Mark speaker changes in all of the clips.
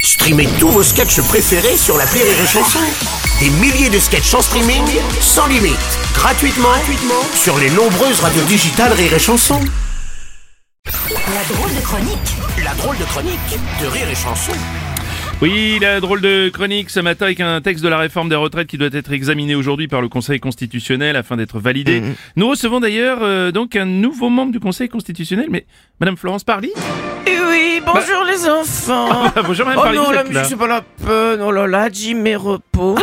Speaker 1: Streamez tous vos sketchs préférés sur la Rire et Chanson. Des milliers de sketchs en streaming, sans limite, gratuitement, gratuitement sur les nombreuses radios digitales Rire et Chanson.
Speaker 2: La drôle de chronique.
Speaker 1: La drôle de chronique de Rire et Chanson.
Speaker 3: Oui, la drôle de chronique ce matin avec un texte de la réforme des retraites qui doit être examiné aujourd'hui par le Conseil constitutionnel afin d'être validé.
Speaker 4: Mm-hmm.
Speaker 3: Nous recevons d'ailleurs euh, donc un nouveau membre du Conseil constitutionnel, mais Madame Florence Parly
Speaker 4: Eh oui, bonjour
Speaker 3: Bah-
Speaker 4: les enfants.
Speaker 3: Bonjour Madame
Speaker 4: oh
Speaker 3: Parly,
Speaker 4: non,
Speaker 3: Ah, bah, vous
Speaker 4: la
Speaker 3: êtes là.
Speaker 4: musique, c'est pas la peine. Oh là là, Jim et repos.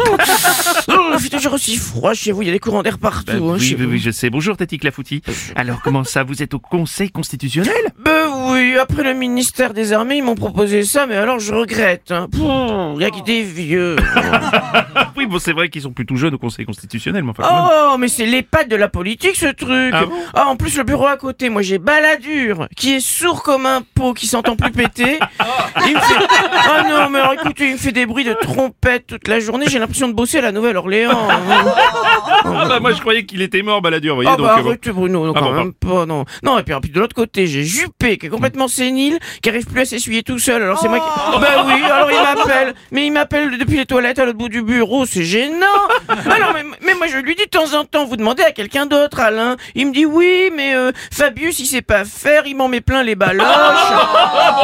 Speaker 4: oh, fait toujours aussi froid chez vous. Il y a des courants d'air partout.
Speaker 3: Bah,
Speaker 4: hein,
Speaker 3: oui,
Speaker 4: chez
Speaker 3: oui,
Speaker 4: vous.
Speaker 3: oui, je sais. Bonjour Tati Clafouti.
Speaker 4: Euh,
Speaker 3: Alors comment ça, vous êtes au Conseil constitutionnel
Speaker 4: Ben oui, après le ministère des Armées, ils m'ont proposé ça, mais alors je regrette. Hein. Pouh, il y a que des vieux. Ah.
Speaker 3: Oui, bon, c'est vrai qu'ils sont plutôt jeunes au Conseil constitutionnel, mais enfin. quand même.
Speaker 4: Oh, mais c'est l'EHPAD de la politique, ce truc.
Speaker 3: Ah bon
Speaker 4: en plus, le bureau à côté, moi j'ai Balladur, qui est sourd comme un pot, qui s'entend plus péter. Il me fait... Ah non, mais alors écoutez, il me fait des bruits de trompette toute la journée, j'ai l'impression de bosser à la Nouvelle-Orléans.
Speaker 3: Ah bah moi je croyais qu'il était mort, Balladur, vous voyez.
Speaker 4: Ah
Speaker 3: donc,
Speaker 4: Oh. bah
Speaker 3: euh, bon.
Speaker 4: arrête Bruno, non,
Speaker 3: Ah
Speaker 4: quand
Speaker 3: bon,
Speaker 4: même pas, non. Non, et puis, alors, puis de l'autre côté, j'ai Juppé qui est complètement sénile, qui arrive plus à s'essuyer tout seul, alors c'est moi
Speaker 3: Oh
Speaker 4: qui... Bah oui, alors il m'appelle, mais il m'appelle depuis les toilettes à l'autre bout du bureau, c'est gênant Alors, mais, mais moi je lui dis de temps en temps, vous demandez à quelqu'un d'autre, Alain. Il me dit oui, mais euh, Fabius il sait pas faire, il m'en met plein les baloches.
Speaker 3: Bon,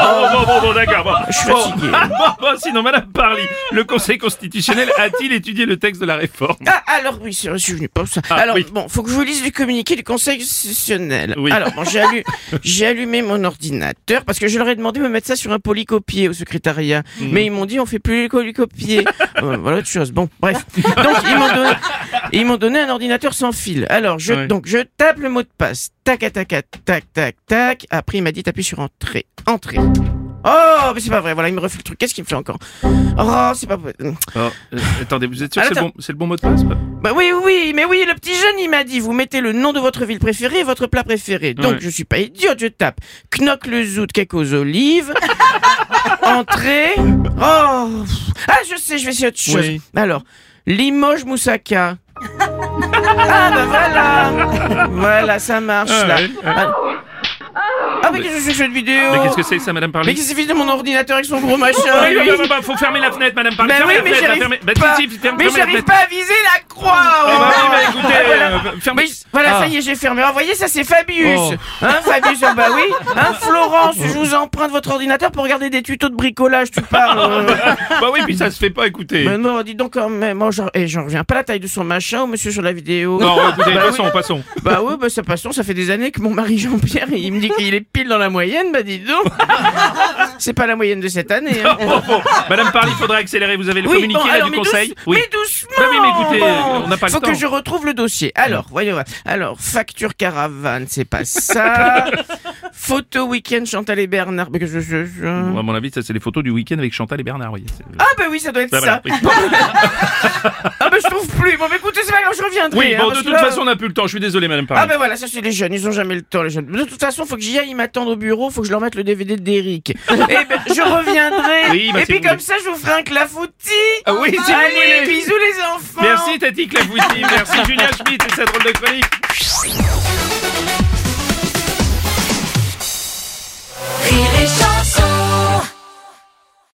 Speaker 3: Oh, bon, bon, bon, d'accord. bon.
Speaker 4: Je suis
Speaker 3: Bon.
Speaker 4: fatigué.
Speaker 3: Bon, bon, sinon, Madame Parly, le Conseil constitutionnel a-t-il étudié le texte de la réforme
Speaker 4: Ah, alors oui, c'est vrai, je suis venu pour ça.
Speaker 3: Ah,
Speaker 4: alors,
Speaker 3: oui.
Speaker 4: bon, faut que je vous lise le communiqué du conseil constitutionnel.
Speaker 3: Oui.
Speaker 4: Alors, bon, j'ai allu- j'ai allumé mon ordinateur parce que je leur ai demandé de me mettre ça sur un polycopier au secrétariat.
Speaker 3: Mhm.
Speaker 4: Mais ils m'ont dit, on fait plus les polycopiers. Euh, voilà autre chose. Bon, bref. Donc, ils m'ont donné, ils m'ont donné un ordinateur sans fil. Alors, je,
Speaker 3: Ouais.
Speaker 4: donc, je tape le mot de passe. Tac, tac, tac, tac, tac, tac. Après, il m'a dit, t'appuies sur entrée. Entrée. Oh, mais c'est pas vrai. Voilà, il me refait le truc. Qu'est-ce qu'il me fait encore? Oh, c'est pas vrai.
Speaker 3: Oh, euh, Attendez, vous êtes sûr que
Speaker 4: Alors,
Speaker 3: c'est le, bon, c'est le bon mot de passe pas
Speaker 4: Bah oui, oui, mais oui, le petit jeune, il m'a dit, vous mettez le nom de votre ville préférée et votre plat préféré. Donc,
Speaker 3: Ouais.
Speaker 4: je suis pas idiote, je tape Knock le zout cake aux olives. Entrée. Oh. Ah, je sais, je vais essayer autre chose.
Speaker 3: Oui.
Speaker 4: Alors, Limoges Moussaka. ah, bah voilà. voilà, ça marche,
Speaker 3: Ah,
Speaker 4: là.
Speaker 3: ouais, ouais.
Speaker 4: Ah, mais qu'est-ce que c'est que cette vidéo?
Speaker 3: Mais qu'est-ce que c'est que ça, Madame
Speaker 4: Mais
Speaker 3: Parly
Speaker 4: qu'est-ce que c'est que de mon ordinateur avec son gros machin?
Speaker 3: Ah,
Speaker 4: lui
Speaker 3: bah, bah, bah, Faut fermer la fenêtre, Madame Parly.
Speaker 4: bah oui,
Speaker 3: fermez la
Speaker 4: mais
Speaker 3: fenêtre,
Speaker 4: j'arrive
Speaker 3: fermez- bah,
Speaker 4: pas.
Speaker 3: si, si, fermez
Speaker 4: mais
Speaker 3: la
Speaker 4: j'arrive
Speaker 3: fenêtre.
Speaker 4: pas à viser la croix.
Speaker 3: Ah, bah, oui, bah,
Speaker 4: oh.
Speaker 3: écoutez,
Speaker 4: Ah, voilà.
Speaker 3: euh, fermez-
Speaker 4: Mais voilà,
Speaker 3: Ah.
Speaker 4: ça y est, j'ai fermé. Ah, Vous voyez, ça c'est Fabius.
Speaker 3: Oh.
Speaker 4: Hein, Fabius, ah bah oui. Hein, Florence, je vous emprunte votre ordinateur pour regarder des tutos de bricolage, tu parles. euh.
Speaker 3: Bah oui, puis ça se fait pas, écoutez.
Speaker 4: Mais non, dis donc quand même. Oh, j'en eh, j'en reviens pas à la taille de son machin au monsieur sur la vidéo.
Speaker 3: Non, écoutez,
Speaker 4: Bah oui.
Speaker 3: passons, passons.
Speaker 4: Bah ouais, bah ça passons, ça fait des années que mon mari Jean-Pierre, il me dit qu'il est pile dans la moyenne, bah dis donc. C'est pas la moyenne de cette année. hein.
Speaker 3: Bon, bon, Madame Parly, faudra accélérer. Vous avez le
Speaker 4: Oui,
Speaker 3: communiqué
Speaker 4: bon,
Speaker 3: là,
Speaker 4: alors,
Speaker 3: du
Speaker 4: mais
Speaker 3: Conseil
Speaker 4: douce- Mais doucement
Speaker 3: Bah oui, mais écoutez,
Speaker 4: bon.
Speaker 3: on n'a pas le
Speaker 4: Faut
Speaker 3: temps.
Speaker 4: que je retrouve le dossier. Alors, voyons voir. Alors, facture caravane, c'est pas ça. Photo week-end Chantal et Bernard. mais que je- je- je-
Speaker 3: Bon, À mon avis, ça, c'est les photos du week-end avec Chantal et Bernard. Voyez. c'est-
Speaker 4: Ah bah oui, ça doit être
Speaker 3: Ça,
Speaker 4: ça.
Speaker 3: voilà, oui.
Speaker 4: Ah bah je trouve plus. Bon, mais écoutez, c'est pas grave, je reviendrai.
Speaker 3: Oui,
Speaker 4: hein,
Speaker 3: bon, de
Speaker 4: parce que
Speaker 3: toute
Speaker 4: là-
Speaker 3: façon, on n'a plus le temps. Je suis désolé, Madame
Speaker 4: Ah
Speaker 3: Parly.
Speaker 4: bah voilà, ça c'est les jeunes, ils ont jamais le temps les jeunes. De toute façon, faut que j'y aille, ils m'attendent au bureau, faut que je leur mette le DVD d'Eric. Et ben, je reviendrai.
Speaker 3: Oui, bah,
Speaker 4: et
Speaker 3: si
Speaker 4: puis
Speaker 3: vous
Speaker 4: comme
Speaker 3: voulez.
Speaker 4: ça, je vous ferai un clafoutis.
Speaker 3: Ah oui, si vous
Speaker 4: Allez,
Speaker 3: voulez.
Speaker 4: bisous les enfants.
Speaker 3: Merci Tati Clafouti, merci Julien Schmitt et sa drôle de chronique.